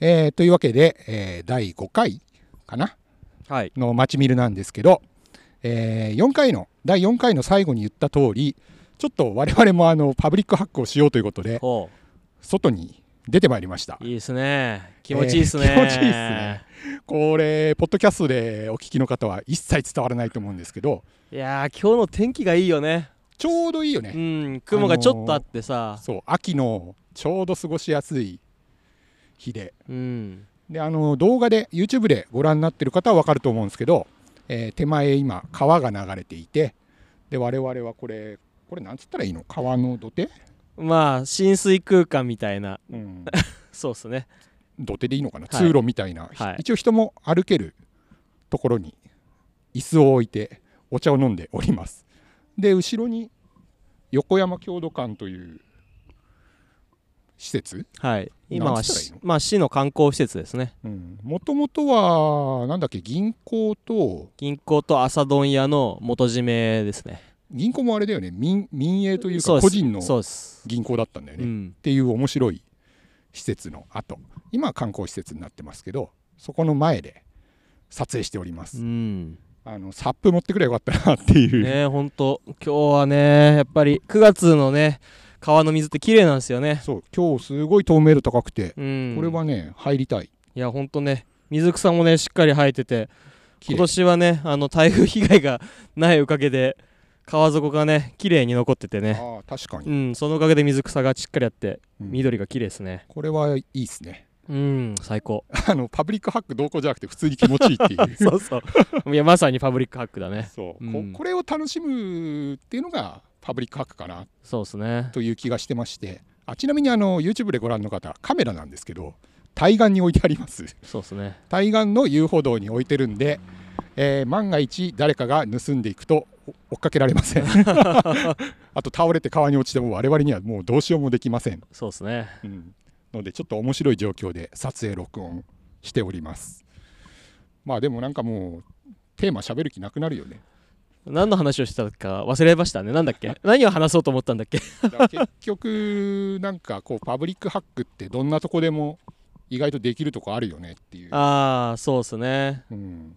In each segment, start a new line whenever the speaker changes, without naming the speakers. えーというわけで、えー第5回かな
はい。
の街見るなんですけど、え4回の第4回の最後に言った通りちょっと我々もあのパブリックハックをしようということで
ほ
外に出てまいりました
う。いいですね。気持ちいいです
え
ね、
ー気持ちいいっすね。これポッドキャストでお聞きの方は一切伝わらないと思うんですけど
いやー、今日の天気がいいよね。
ちょうどいいよ
う
ね、
ん、雲がちょっとあってさ。
そう秋のちょうど過ごしやすい日で
うん。
であの動画で YouTube でご覧になってる方は分かると思うんですけど、えー手前今川が流れていてで我々はこれこれなんつったらいいの川の土手、
まあ、浸水空間みたいな。
うん、
そうっすね。
土手でいいのかな、
は
通
い
路みたいな、
はい
一応人も歩けるところに椅子を置いてお茶を飲んでおりますで後ろに横山郷土館という施設
はい。今
なん
は
つったらいい
し
の
まあ、市の観光施設ですね。
もともとはなんだっけ銀行と
銀行と朝問屋の元締めですね。
銀行もあれだよね民民営という
そう
か個
です
人の
そうです。
銀行だったんだよ
う
ね、っ
ん。
ていう面白い施設の後今は観光施設になってますけどそこの前で撮影しております、
うん。
あのサップ持ってくればよかったなっていう、
ね本当今日はね、やっぱり9月のね、川の水って綺麗なんですよね。
そう今日すごい透明度高くて、
うん。
これはね入りたい
いや、ほんとね、水草もね、しっかり生えてて、
綺麗
今年はね、あの台風被害がないおかげで、川底がね、綺麗に残っててね、
ああ確か
う
に、
ん、そのおかげで水草がしっかりあって、
うん
緑が綺麗ですね。
これはいいですね
うん、最高。
あのパブリックハック同行じゃなくて普通に気持ちいいっていう
そう そう。いや、まさにパブリックハックだね。
そう、
うん
ここれを楽しむっていうのがパブリックハックかな
そうですね。
という気がしてましてあちなみにあの YouTube でご覧の方カメラなんですけど対岸に置いてあります
そうですね。
対岸の遊歩道に置いてるんで、えー万が一誰かが盗んでいくとお追っかけられませんあと倒れて川に落ちても我々にはもうどうしようもできません、
そうですね。
うんのでちょっと面白い状況で撮影録音しておりますまあでもなんかもうテーマ喋る気なくなるよね
何の話をしてたか忘れましたね。なんだっ け何を話そうと思ったんだっけ
だから結局なんかこうパブリックハックってどんなとこでも意外とできるとこあるよねっていう、
ああ、そうですね。
うん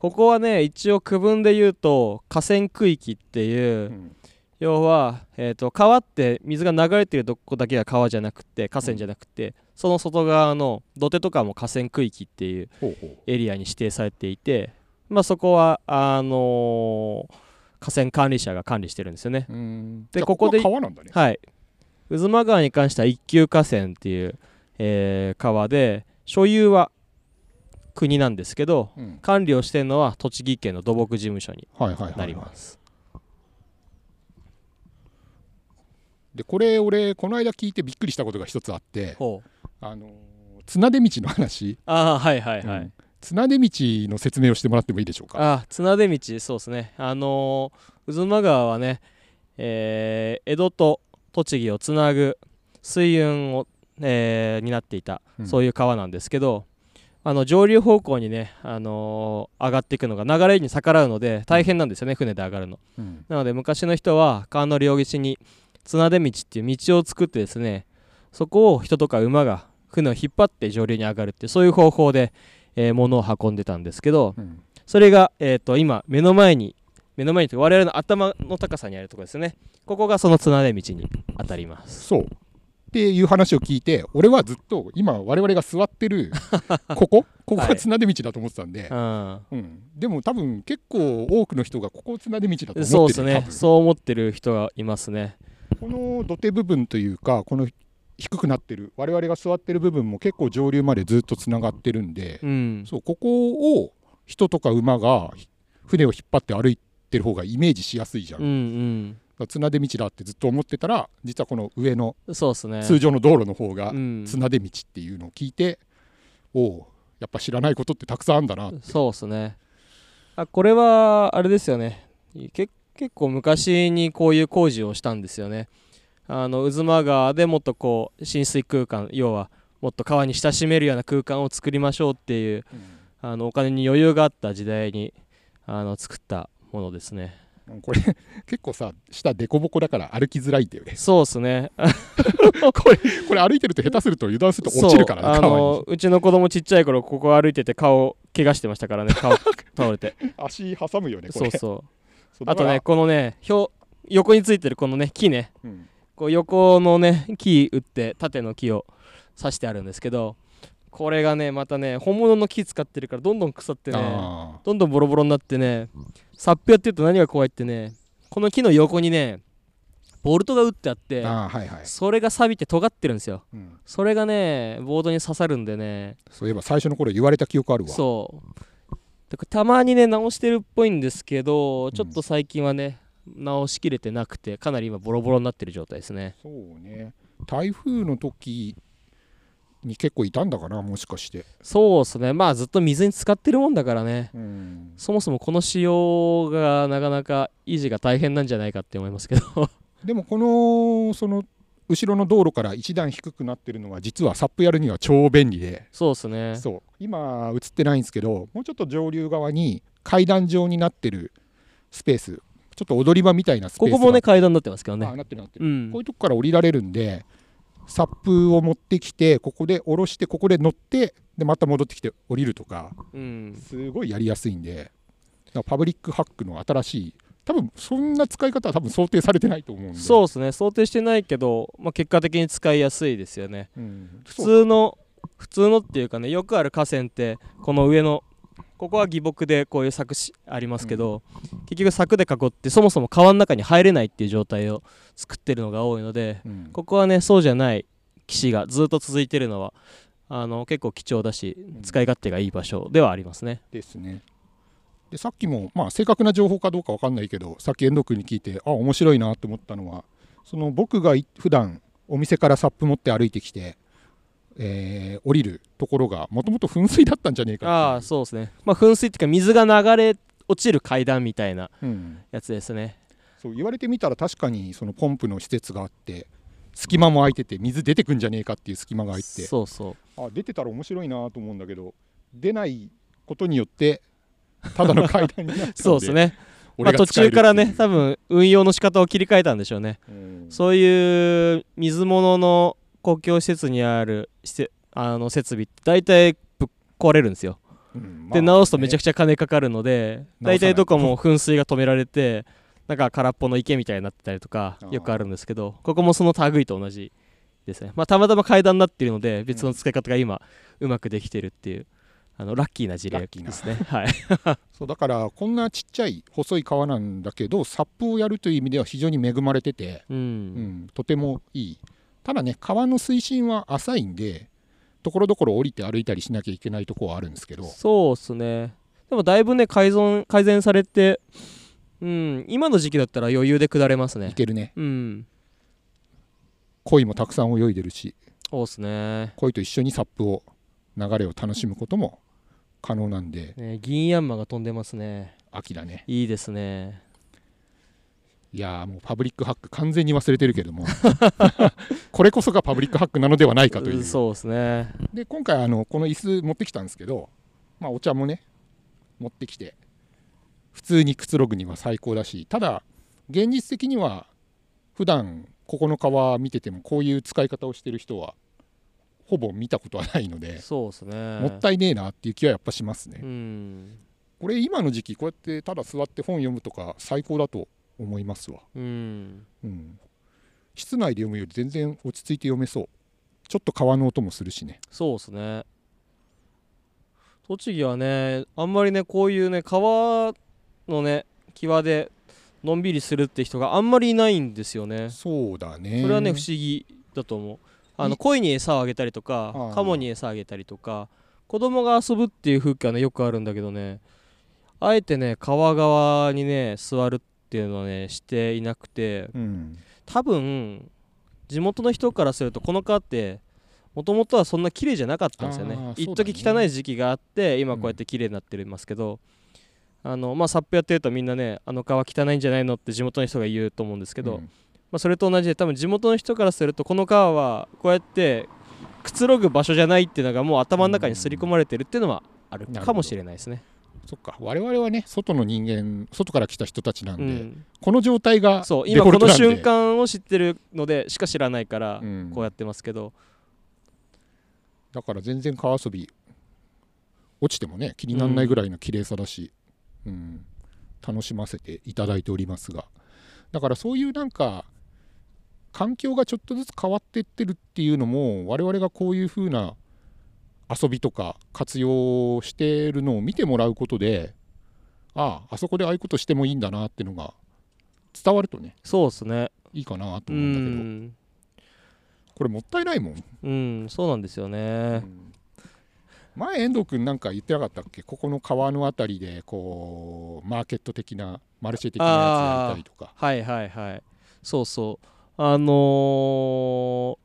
ここはね、一応区分で言うと、河川区域っていう
う、ん
要は、えー、と川って水が流れてるとこだけが川じゃなくて河川じゃなくて、その外側の土手とかも河川区域っていう
ほうほう
エリアに指定されていて、まあ、そこはあのー河川管理者が管理してるんですよね。
うんじ
で
ゃあ
ここで
は川なんだね
はい渦間川に関しては一級河川っていう、えー川で所有は国なんですけど
うん
管理をしてるのは栃木県の土木事務所に
はいはいはいはい
なります。
でこれ俺この間聞いてびっくりしたことが一つあって
ほう
あのー綱出道の話、
ああはいはいはい。
うん綱出道の説明をしてもらってもいいでしょうか
あ綱出道そうですねあのー渦間川はね、えー江戸と栃木をつなぐ水運を、えー、担っていた、
うん
そういう川なんですけどあの上流方向にね、あのー上がっていくのが流れに逆らうので大変なんですよね、船で上がるの
うん
なので昔の人は川の両岸に綱出道っていう道を作ってですねそこを人とか馬が船を引っ張って上流に上がるっていうそういう方法で、えー物を運んでたんですけど、
うん
それが、えー、と今目の前に目の前にというか我々の頭の高さにあるところですねここがその綱出道に当たります
そうっていう話を聞いて俺はずっと今我々が座ってる ここここ
は
が
い
綱出道だと思ってたんで、
うん
うん、でも多分結構多くの人がここを綱出道だと思
そう
っ
で
て
す
る、
ね
多
そう思ってる人がいますね
分この土手部分というかこの低くなってる我々が座ってる部分も結構上流までずっとつながってるんで、
うん
そうここを人とか馬が船を引っ張って歩いてる方がイメージしやすいじゃん、
うん
だから綱出道だってずっと思ってたら実はこの上の
うんそうですね
通常の道路の方が
うん
綱出道っていうのを聞いて、おおやっぱ知らないことってたくさんあんだな、
そうですねあこれはあれですよねけ結構昔にこういう工事をしたんですよねあの渦間川でもっとこう浸水空間要はもっと川に親しめるような空間を作りましょうっていうあのお金に余裕があった時代にあの作ったものですね。
これ結構さ下凸凹だから歩きづらいんだよね
そうですね
これこれ歩いてると下手すると油断すると落ちるから
そうあ
ね川
のうちの子供ちっちゃい頃ここ歩いてて顔怪我してましたから ね顔倒れて
に足挟むよねこ
そ
れ
うそう
そう
あ
だか
と
ら
ねこのね表横についてるこのね木ね
うん
こう横のね木打って縦の木を刺してあるんですけどこれがねまたね本物の木使ってるからどんどん腐ってね
あ
どんどんボロボロになってねサップやってると何が怖いってねこの木の横にねボルトが打ってあって
ーあーはいはい、
それが錆びて尖ってるんですよ
うん
それがねボードに刺さるんでね
そういえば最初の頃言われた記憶あるわ
そうだからたまにね直してるっぽいんですけどちょっと最近はね、直しきれてなくてかなり今ボロボロになってる状態ですね
そうね台風の時に結構いたんだかなもしかして、
そうっすねまあずっと水に浸かってるもんだからね
うん、
そもそもこの仕様がなかなか維持が大変なんじゃないかって思いますけど
でもこのその後ろの道路から一段低くなってるのは実はサップやるには超便利で
そうっすね
そう今映ってないんですけどもうちょっと上流側に階段状になってるスペースちょっと踊り場みたいなスペー
こ
スが
こもね階段になってますけど
あ
ね
なってるなってる、
うん
こういうとこから降りられるんでサップを持ってきてここで下ろしてここで乗ってでまた戻ってきて降りるとか
うん
すごいやりやすいんで、だからパブリックハックの新しい、多分そんな使い方は多分想定されてないと思うんで、
そうっすね想定してないけど、まあ、結果的に使いやすいですよね
うん、
普
そう
通の普通のっていうかねよくある河川ってこの上のここは義木でこういう柵しありますけど、結局柵で囲ってそもそも川の中に入れないっていう状態を作ってるのが多いので
うん
ここはねそうじゃない岸がずっと続いてるのはあの結構貴重だし
ん
使い勝手がいい場所ではありますね。
ですね。でさっきも、まあ、正確な情報かどうかわかんないけど、さっき遠藤君に聞いて、あ面白いなと思ったのは、その僕がい普段お店からサップ持って歩いてきて、えー降りるところが、もともと噴水だったんじゃねえ
あ
か
あ
って
そうですね、まあ、噴水っていうか水が流れ落ちる階段みたいな
いう、うん、
やつですね。
そう言われてみたら、確かにそのポンプの施設があって、隙間も空いてて、水出てくんじゃねえかっていう隙間が空いて、
そうそう
あ出てたら面白いなと思うんだけど出ないことによってただの階段になったんで
そうですねま
俺
あ、
が
途
使える
中
ってい
か
う
らね多分運用の仕方を切り替えたんでしょうね、
うん
そういう水物の公共施設にある施設あの設備って大体ぶっ壊れるんですよ、
うん
で
まあ
直すとめちゃくちゃ金かかるので
直さない
大
と
体どこも噴水が止められてなんか空っぽの池みたいになってたりとか
あー
よくあるんですけどここもその類と同じですねまあたまたま階段になっているので別の使い方が今うまくできてるっていうあのラッキーな事例
ラッキーな
です ねはい
そうだからこんなちっちゃい細い川なんだけどサップをやるという意味では非常に恵まれてて、
う
うん
ん
とてもいいただね川の水深は浅いんでところどころ降りて歩いたりしなきゃいけないとこはあるんですけど
そうっすねでもだいぶね改善改善されてうん今の時期だったら余裕で下れます
い
ね
けるね
うん
鯉もたくさん泳いでるし
そうっすね
鯉と一緒にサップを流れを楽しむことも可能なんで
ね銀ヤンマが飛んでますね
秋だね
いいですね
いやーもうパブリックハック完全に忘れてるけど もこれこそがパブリックハックなのではないかといううん
そうですね
で今回あのこの椅子持ってきたんですけど、まあ、お茶もね持ってきて普通にくつろぐには最高だしただ現実的には普段ここの川見ててもこういう使い方をしてる人はほぼ見たことはないので、
そうですね
もったいねえなっていう気はやっぱしますね、
うん
これ今の時期こうやってただ座って本読むとか最高だと思いますわ
うん
うん、室内で読むより全然落ち着いて読めそうちょっと川の音もするしね
そうですね栃木はねあんまりねこういうね川のね際でのんびりするって人があんまりいないんですよね
そうだね
それはね不思議だと思うあ
い
の鯉に餌をあげたりとか
ああ
カモに餌あげたりとか子供が遊ぶっていう風景はねよくあるんだけどねあえてね川側にね座るっていうのはねしていなくて
うん
多分地元の人からするとこの川ってもともとはそんな綺麗じゃなかったんですよ
ああ
ね
そう
一
だ
時
ね
汚い時期があって今
うん
こうやって綺麗になってますけど、あのまあサップやってるとみんなねあの川汚いんじゃないのって地元の人が言うと思うんですけど、
うん
まあ、それと同じで多分地元の人からするとこの川はこうやってくつろぐ場所じゃないっていうのがもう頭の中に刷り込まれてるっていうのはある
なるほど
かもしれないですね
そっか我々はね外の人間外から来た人たちなん
う
で、
ん、
この状態が
そう
デ
今
フォ
こ
ルト
の
なんで
瞬間を知ってるのでしか知らないから
うん
こうやってますけど、
だから全然川遊び落ちてもね気にならないぐらいの綺麗さだし、うん楽しませていただいておりますがだからそういうなんか環境がちょっとずつ変わってってるっていうのも我々がこういう風な遊びとか活用してるのを見てもらうことであああそこでああいうことしてもいいんだなっていうのが伝わるとね
そうですね
いいかなと思う
う
んだけど、
ん、
これもったいないもん
うん、そうなんですよね、
前遠藤君なんか言ってなかったっけここの川のあたりでこうマーケット的なマルシェ的なやつやりたりとか
はいはいはいそうそうあのー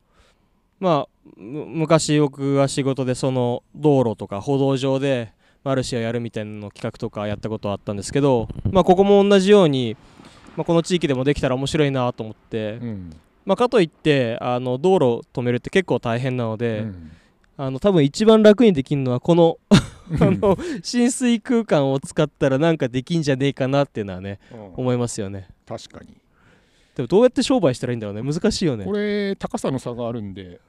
まあむ昔僕が仕事でその道路とか歩道上でマルシェをやるみたいなの企画とかやったことはあったんですけど、まあ、ここも同じように、まあ、この地域でもできたら面白いなと思って、
うん
まあ、かといってあの道路止めるって結構大変なの
う
で、
ん
あの多分一番楽にできるのはこの あの浸水空間を使ったらなんかできんじゃねえかなっていうのはね
うん
思いますよね
確かに
でもどうやって商売したらいいんだろうね難しいよね
これ高さの差があるんで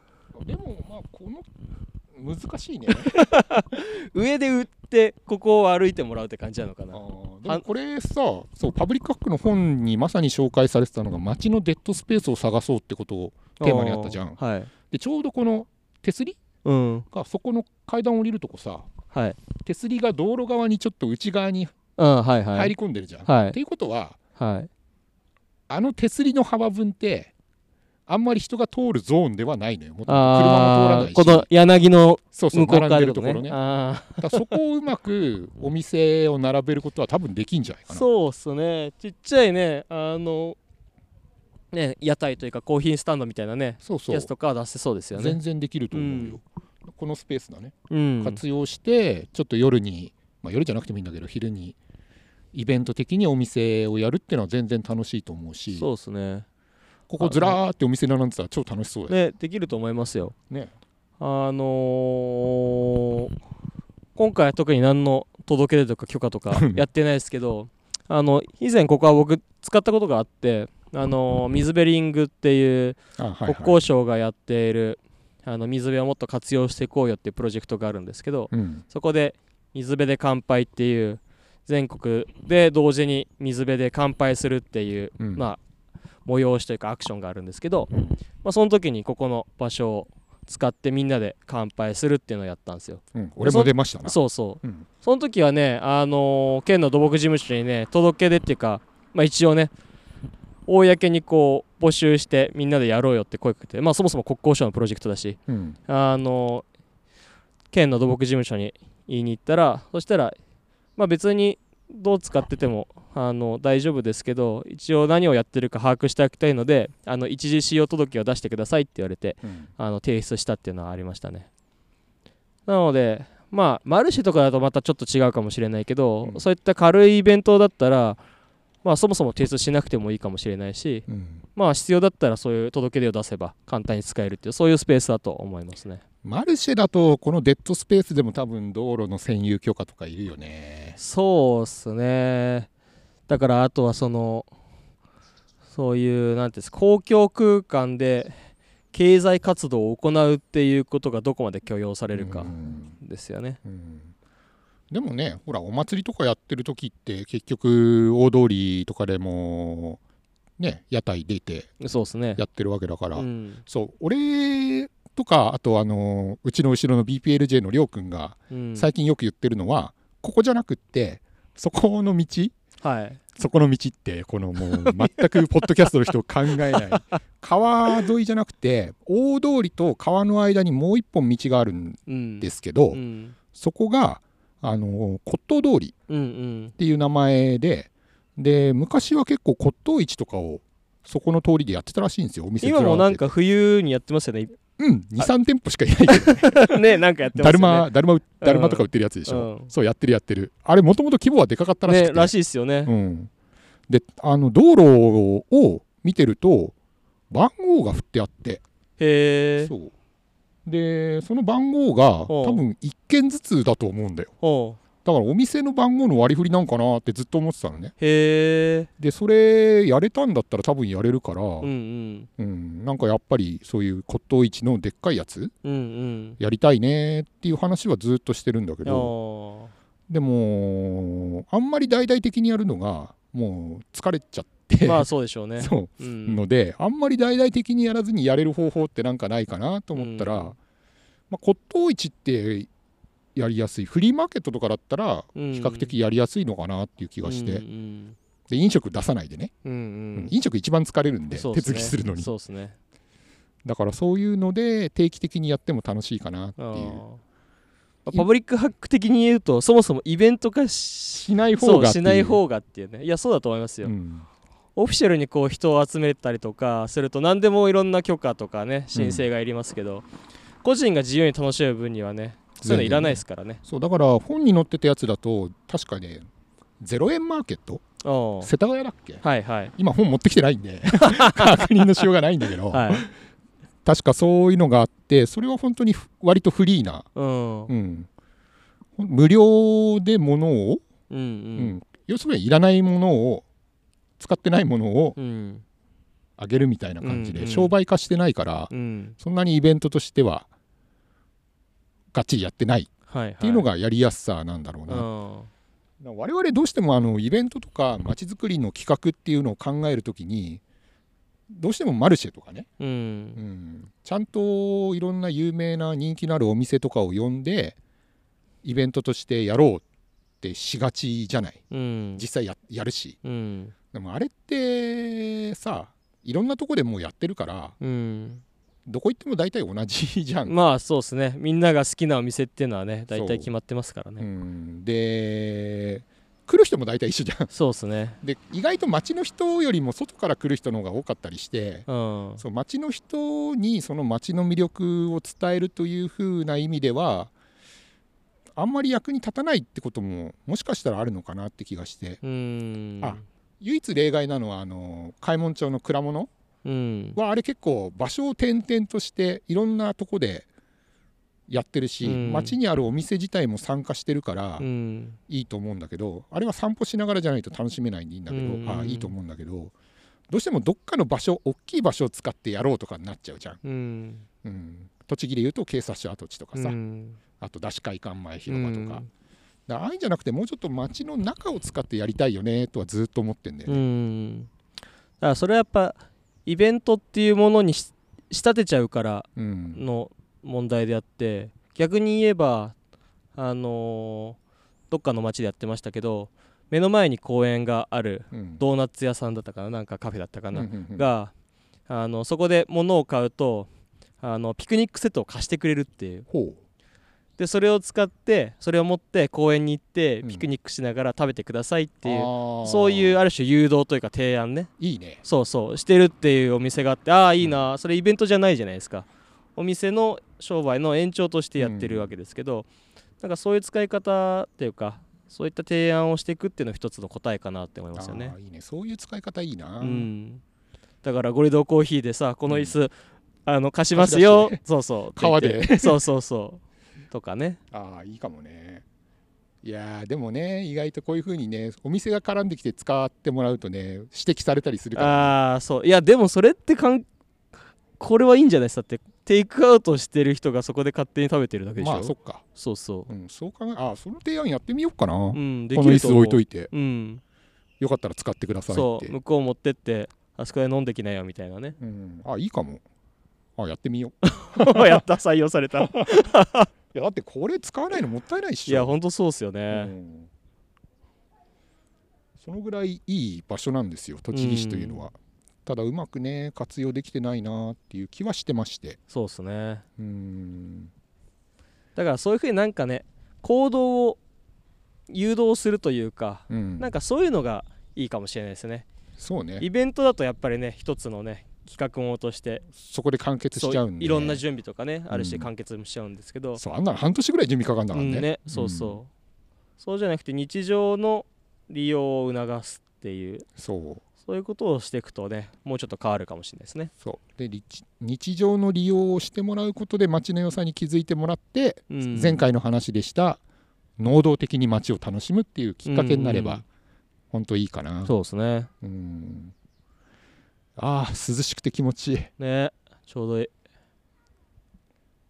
でもまあこの難しいね
上で売ってここを歩いてもらうって感じなのか
あ
な
ーでもこれさそうパブリックハックの本にまさに紹介されてたのが街のデッドスペースを探そうってことをテーマにあったじゃん
あーはい
でちょうどこの手すり
うん
がそこの階段を降りるとこさ
はい
手すりが道路側にちょっと内側に
うんはいは
入
い
り込んでるじゃん。
はい
っていうことは
はい
あの手すりの幅分ってあんまり人が通るゾーンではないのよ。もっと車も
あ
通らない
ー
し
この柳の
そうそう
向こう
並
側
ん
っ
でる
てことと
ころね。
ねあ
だからそこをうまくお店を並べることは多分できんじゃない
あ
かな。
そうっすねちっちゃいねあのね屋台というかコーヒースタンドみたいなね
そうそう
やつとかは出せそうですよ
全
ね。
然できると思うよ。このスペースだね、
うん
活用してちょっと夜に、まあ、夜じゃなくてもいいんだけど昼にイベント的にお店をやるっていうのは全然楽しいと思うし
そうですね
ここずらーってお店並んでたら超楽しそうだよ
ね。できると思いますよ。
ね。
あのー今回は特に何の届け出とか許可とか やってないですけどあの以前ここは僕使ったことがあって、あのー水ベリングっていう
あはいはい
国交省がやっている、あの水辺をもっと活用していこうよっていうプロジェクトがあるんですけど
うん
そこで水辺で乾杯っていう全国で同時に水辺で乾杯するっていう、
うん
まあ催しというかアクションがあるんですけど、
うん
まあ、その時にここの場所を使ってみんなで乾杯するっていうのをやったんですよ
うん、俺も出ましたな。
そうそう
うん
その時はねあのー県の土木事務所にね届け出っていうかまあ一応ね公にこう募集してみんなでやろうよって声かけてまあそもそも国交省のプロジェクトだし
うん
あの県の土木事務所に言いに行ったらそしたら、まあ、別にどう使っててもあの大丈夫ですけど一応何をやってるか把握しておきたいのであの一時使用届を出してくださいって言われて
うん
あの提出したっていうのはありましたねなのでまあマルシェとかだとまたちょっと違うかもしれないけど、
うん
そういった軽いイベントだったらまあそもそも提出しなくてもいいかもしれないし
うん
まあ必要だったらそういう届け出を出せば簡単に使えるっていうそういうスペースだと思いますね
マルシェだとこのデッドスペースでも多分道路の占有許可とかいるよね。
そうっすねだからあとはそのそういうなんていうんですか公共空間で経済活動を行うっていうことがどこまで許容される
う
か
ん
ですよね、
うんでもねほらお祭りとかやってる時って結局大通りとかでもね屋台出て
そうっすね
やってるわけだから、
うん
そう俺とかあとあのうちの後ろの BPLJ のりょうくんが
うん
最近よく言ってるのは、ここじゃなくってそこの道
はい
そこの道ってこのもう全くポッドキャストの人を考え ない川沿いじゃなくて大通りと川の間にもう一本道があるん
うん
ですけど、
うん
そこがあの骨董通り
うんうん
っていう名前でで昔は結構骨董市とかをそこの通りでやってたらしいんですよお店
今も
ずら
な
ーっ
ん
て
か冬にやってますよね
うん23店舗しかいないけど
ね なんかやってま
だ
すよね
るまだるまだるまとか売ってるやつでしょ、
うん
そうやってるやってるあれもともと規模はでかかったらしくて、
ねらしいですよね、
うん、であの道路を見てると番号が振ってあって
へえ
そうでその番号が
ほう
多分1件ずつだと思うんだよ
ほう
だからお店の番号の割り振りなんかなってずっと思ってたのね
へえ
でそれやれたんだったら多分やれるから、う
うん
ん
うん
なんかやっぱりそういう骨董市のでっかいやつ
うんうん
やりたいねっていう話はずっとしてるんだけ
あ
ど
ー
でもあんまり大々的にやるのがもう疲れちゃって、
まあそうでしょうね
そう
うん
ので、あんまり大々的にやらずにやれる方法ってなんかないかなと思ったら、
うん
まあ、骨董市ってやりやすいフリーマーケットとかだったら
うん
比較的やりやすいのかなっていう気がして、
うん
で飲食出さないでね、
うんう
うん
ん
飲食一番疲れるん
うん
で、
そう
手
っ
続きするのに
そうですね
だからそういうので定期的にやっても楽しいかなってい
あ
う
ーまあパブリックハック的に言うとそもそもイベント化し
しない方
そう
が
しない
が
方がっていうねいやそうだと思いますよ、
うん
オフィシャルにこう人を集めたりとかすると何でもいろんな許可とかね申請がいりますけど、個人が自由に楽しむ分にはねそういうのいらないですからね
そうだから本に載ってたやつだと確かね0円マーケット
おう
世田谷だっけ
はいはい
今本持ってきてないんで 確認のしようがないんだけど、
はい
確かそういうのがあってそれは本当にふ割とフリーな、
うんうん
うん、無料で物を、
う
うん
ん
要するにいらないものを使ってないものを
うん
あげるみたいな感じで、
うんうん
商売化してないから、
うん
そんなにイベントとしてはがっちりやってないっ
はいはいって
いうのがやりやすさなんだろうな、我々どうしてもあのイベントとかまちづくりの企画っていうのを考えるときにどうしてもマルシェとかね
うん、う、
うんんちゃんといろんな有名な人気のあるお店とかを呼んでイベントとしてやろうってしがちじゃない
うん
実際ややるし
うん
でもあれってさいろんなとこでもうやってるから
うん
どこ行っても大体同じじゃん。
まあそうですねみんなが好きなお店っていうのはね大
そう
体決まってますから
う
ね
ん、で来る人も大体一緒じゃん。
そうですね
で意外と街の人よりも外から来る人の方が多かったりして
うん
そう街の人にその街の魅力を伝えるというふうな意味ではあんまり役に立たないってことももしかしたらあるのかなって気がして
うん
あ唯一例外なのはあの開門町の蔵物
うん
はあれ結構場所を転々としていろんなとこでやってるし、
うん
街にあるお店自体も参加してるから
うん
いいと思うんだけど、あれは散歩しながらじゃないと楽しめないんでいいんだけど、
うん
あいいと思うんだけどどうしてもどっかの場所大きい場所を使ってやろうとかになっちゃうじゃん。
うん
うん、栃木でいうと警察署跡地とかさ、
うん
あと出し会館前広場とか,、だからああいうんじゃなくてもうちょっと街の中を使ってやりたいよねとはずっと思ってんだよ
うん、う
ね。
ん、だからそれはやっぱイベントっていうものにし仕立てちゃうから
うん
の問題であって逆に言えばあのーどっかの街でやってましたけど目の前に公園がある
うん
ドーナツ屋さんだったかななんかカフェだったかな、
うんうんうん
があのそこで物を買うとあのピクニックセットを貸してくれるっていう
ほ
でそれを使ってそれを持って公園に行って
うん
ピクニックしながら食べてくださいっていう、
う
そういう
う
ある種誘導というか提案ね
いいね
そうそうしてるっていうお店があってああいいな、それイベントじゃないじゃないですかお店の商売の延長としてやってるわけですけど、なんかそういう使い方っていうかそういった提案をしていくっていうのが一つの答えかなって思いますよね
あーいいねそういう使い方いいな、
うんだからゴリドーコーヒーでさこの椅子、あの貸しますよ、
貸
そうそう
川
って言ってそうそうそうとかね
ああいいかもねいやーでもね意外とこういう風にねお店が絡んできて使ってもらうとね指摘されたりするから
ああそういやでもそれってかんこれはいいんじゃないですかだってテイクアウトしてる人がそこで勝手に食べてるだけでしょ、
まあそっか、
そうそ
うん、そう考えあーその提案やってみようかな、
ううんで
こ
き
の椅
ると
子
思う
置いといて
うん
よかったら使ってくださいって
そう向こう持ってってあそこで飲んできなよみたいなね
うん、あいいかもあやってみよう
やった採用され たい
いやだってこれ使わないのもったいないっしょ
やほんとそうっすよ
う
ね
んそのぐらいいい場所なんですよ栃木市というのは、ただうまくね活用できてないなっていう気はしてまして
そうっすね
うん
だからそういうふうになんかね行動を誘導するというか
うん
なんかそういうのがいいかもしれないですね
そうね
イベントだとやっぱりね一つのね企画ものとして
そこで完結しちゃうんで
そういろんな準備とかねある
う
し
ん
完結もしちゃうんですけど、
そうあんなの半年ぐらい準備かかるんだ
う
から
ん
ね,、
ねそうそう、そうじゃなくて日常の利用を促すっていう
そう
そういうことをしていくとねもうちょっと変わるかもしれないですね
そうで日日常の利用をしてもらうことで街の良さに気づいてもらって、
うん
前回の話でした能動的に街を楽しむっていうきっかけになれば、
うんうん
本当いいかな
そうですね
うんああ涼しくて気持ちいい
ねちょうどいい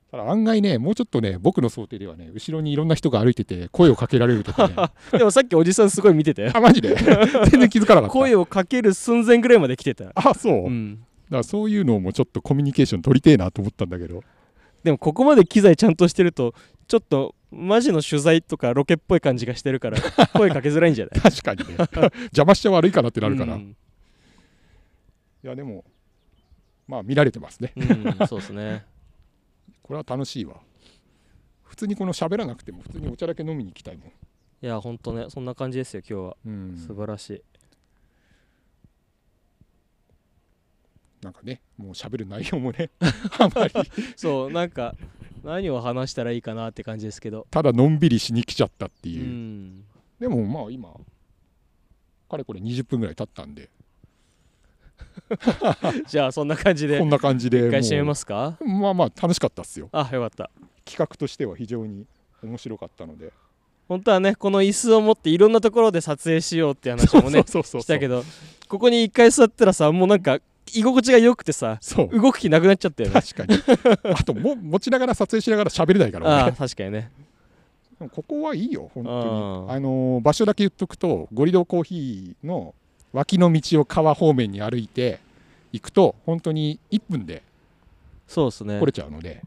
ただ案外ねもうちょっとね僕の想定ではね後ろにいろんな人が歩いてて声をかけられると かね
でもさっきおじさんすごい見てたよ
あマジで 全然気づかなかった
声をかける寸前ぐらいまで来てた
あそう、
う
だ
ん
からそういうのもちょっとコミュニケーション取りてえなと思ったんだけど
でもここまで機材ちゃんとしてるとちょっとマジの取材とかロケっぽい感じがしてる から声かけづらいんじゃない
確かにね邪魔しちゃ悪いかなってなるから、
う
い
ん
やでもまあ見られてますね
うんそうですね
これは楽しいわ普通にこの喋らなくても普通にお茶だけ飲みに行きたいもん、
いやほんとねそんな感じですよ今日は
うん
素晴らしい
なんかねもう喋る内容もね あんまり
そうなんか何を話したらいいかなって感じですけど
ただのんびりしに来ちゃったって
う
いう、
ん
でもまあ今かれこれ20分ぐらい経ったんで
じゃあそんな感じで
こんな感じで
一回締め
も
ますか
うまあまあ楽しかったっすよ
あよかった
企画としては非常に面白かったので
本当はねこの椅子を持っていろんなところで撮影しようって話も
そうそ
ね
うそうそう
したけどここに一回座ったらさもうなんか居心地が良くてさ
そう
動く気なくなっちゃったよね
確かにあとも持ちながら撮影しながら喋れ ないから
ああ
俺
確かにね
でもここはいいよ本当に
うん
あのー場所だけ言っとくとゴリドコーヒーの脇の道を川方面に歩いて行くと本当に1分で
そうですね
来れちゃうので、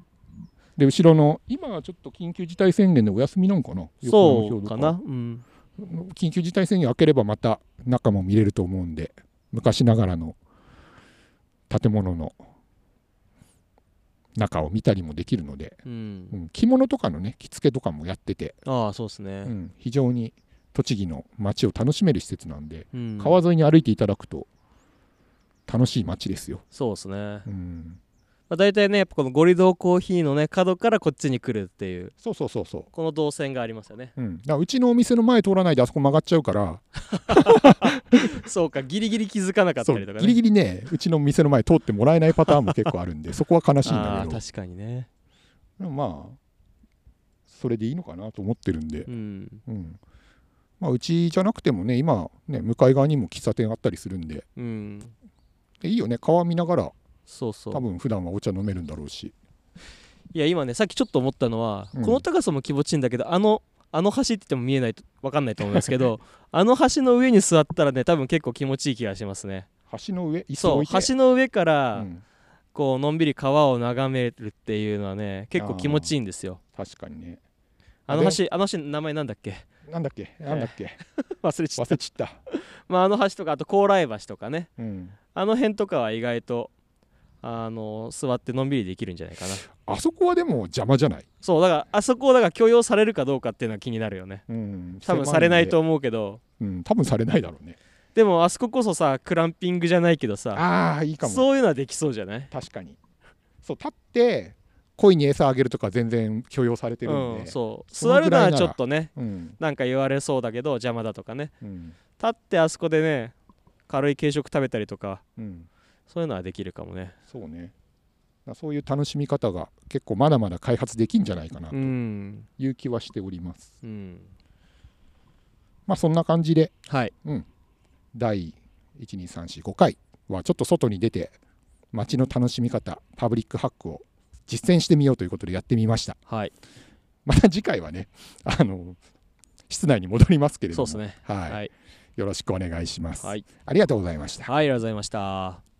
で後ろの今はちょっと緊急事態宣言でお休みなんかな
そ
横浜氷
う
道
かなうん
緊急事態宣言明ければまた中も見れると思うんで昔ながらの建物の中を見たりもできるので、
う
うんん着物とかのね着付けとかもやってて、
ああそうです
う
ね
ん非常に栃木の街を楽しめる施設なんで、
うん
川沿いに歩いていただくと楽しい街ですよ。
そうですね
うん、
まあ大体ねやっぱこのゴリドーコーヒーのね角からこっちに来るっていう
そうそうそうそう
この動線があります よね
うん、だからうちのお店の前通らないであそこ曲がっちゃうから
そうかギリギリ気づかなかった
そう
りとかね
ギリギリねうちの店の前通ってもらえないパターンも結構あるん でそこは悲しいん
あ
だ
あ
けど
確かにね
でもまあそれでいいのかなと思ってるんで
う、ん
うんまあ、うちじゃなくてもね今ね向かい側にも喫茶店あったりするんで
うん
でいいよね川見ながら
そうそう
多分普段はお茶飲めるんだろうし
いや今ねさっきちょっと思ったのは、
うん
この高さも気持ちいいんだけどあのあの橋って言っても見えないと分かんないと思うんです けどあの橋の上に座ったらね多分結構気持ちいい気がしますね
橋の上椅子
そ
置
う
いて
橋の上か
う
ら
ん
こうのんびり川を眺めるっていうのはね結構気持ちいいんですよ
確かにね
あ
あ
の橋あの橋の名前なんだっけ
なんだっけなんだっ け
忘れちゃ っ
忘れちった、
た、 まあ、あの橋とかあと高麗橋とかね
うん、
あの辺とかは意外とあの座ってのんびりできるんじゃな いかな
あそこはでも邪魔じゃない、
そうだからあそこをだから許容されるかどうかっていうのは気になる よね
うん、
多分されないと思うけど
狭いんで、うん、多分されないだろうね
でもあそここそさクランピングじゃないけどさ
ああいいかも
そういうのはできそうじゃない
確かにそう立って恋に餌あげるとか全然許容されてるんで、
うん、そう
そ
座
のぐ
るの
らいなら
はちょっとね
うん
なんか言われそうだけど邪魔だとかね
うん
立ってあそこでね軽い軽食食べたりとか
うん
そういうのはできるかもね
そうねだからそういう楽しみ方が結構まだまだ開発できんじゃないかなと
うん
いう気はしております、
うん
まあそんな感じで
はい
第12345回はちょっと外に出て街の楽しみ方パブリックハックを実践してみようということでやってみました
はい
また次回はねあの室内に戻りますけれど
そう
も
ですね
はい
はい
よろしくお願いします、
はい、
ありがとうございました
はい、ありがとうございました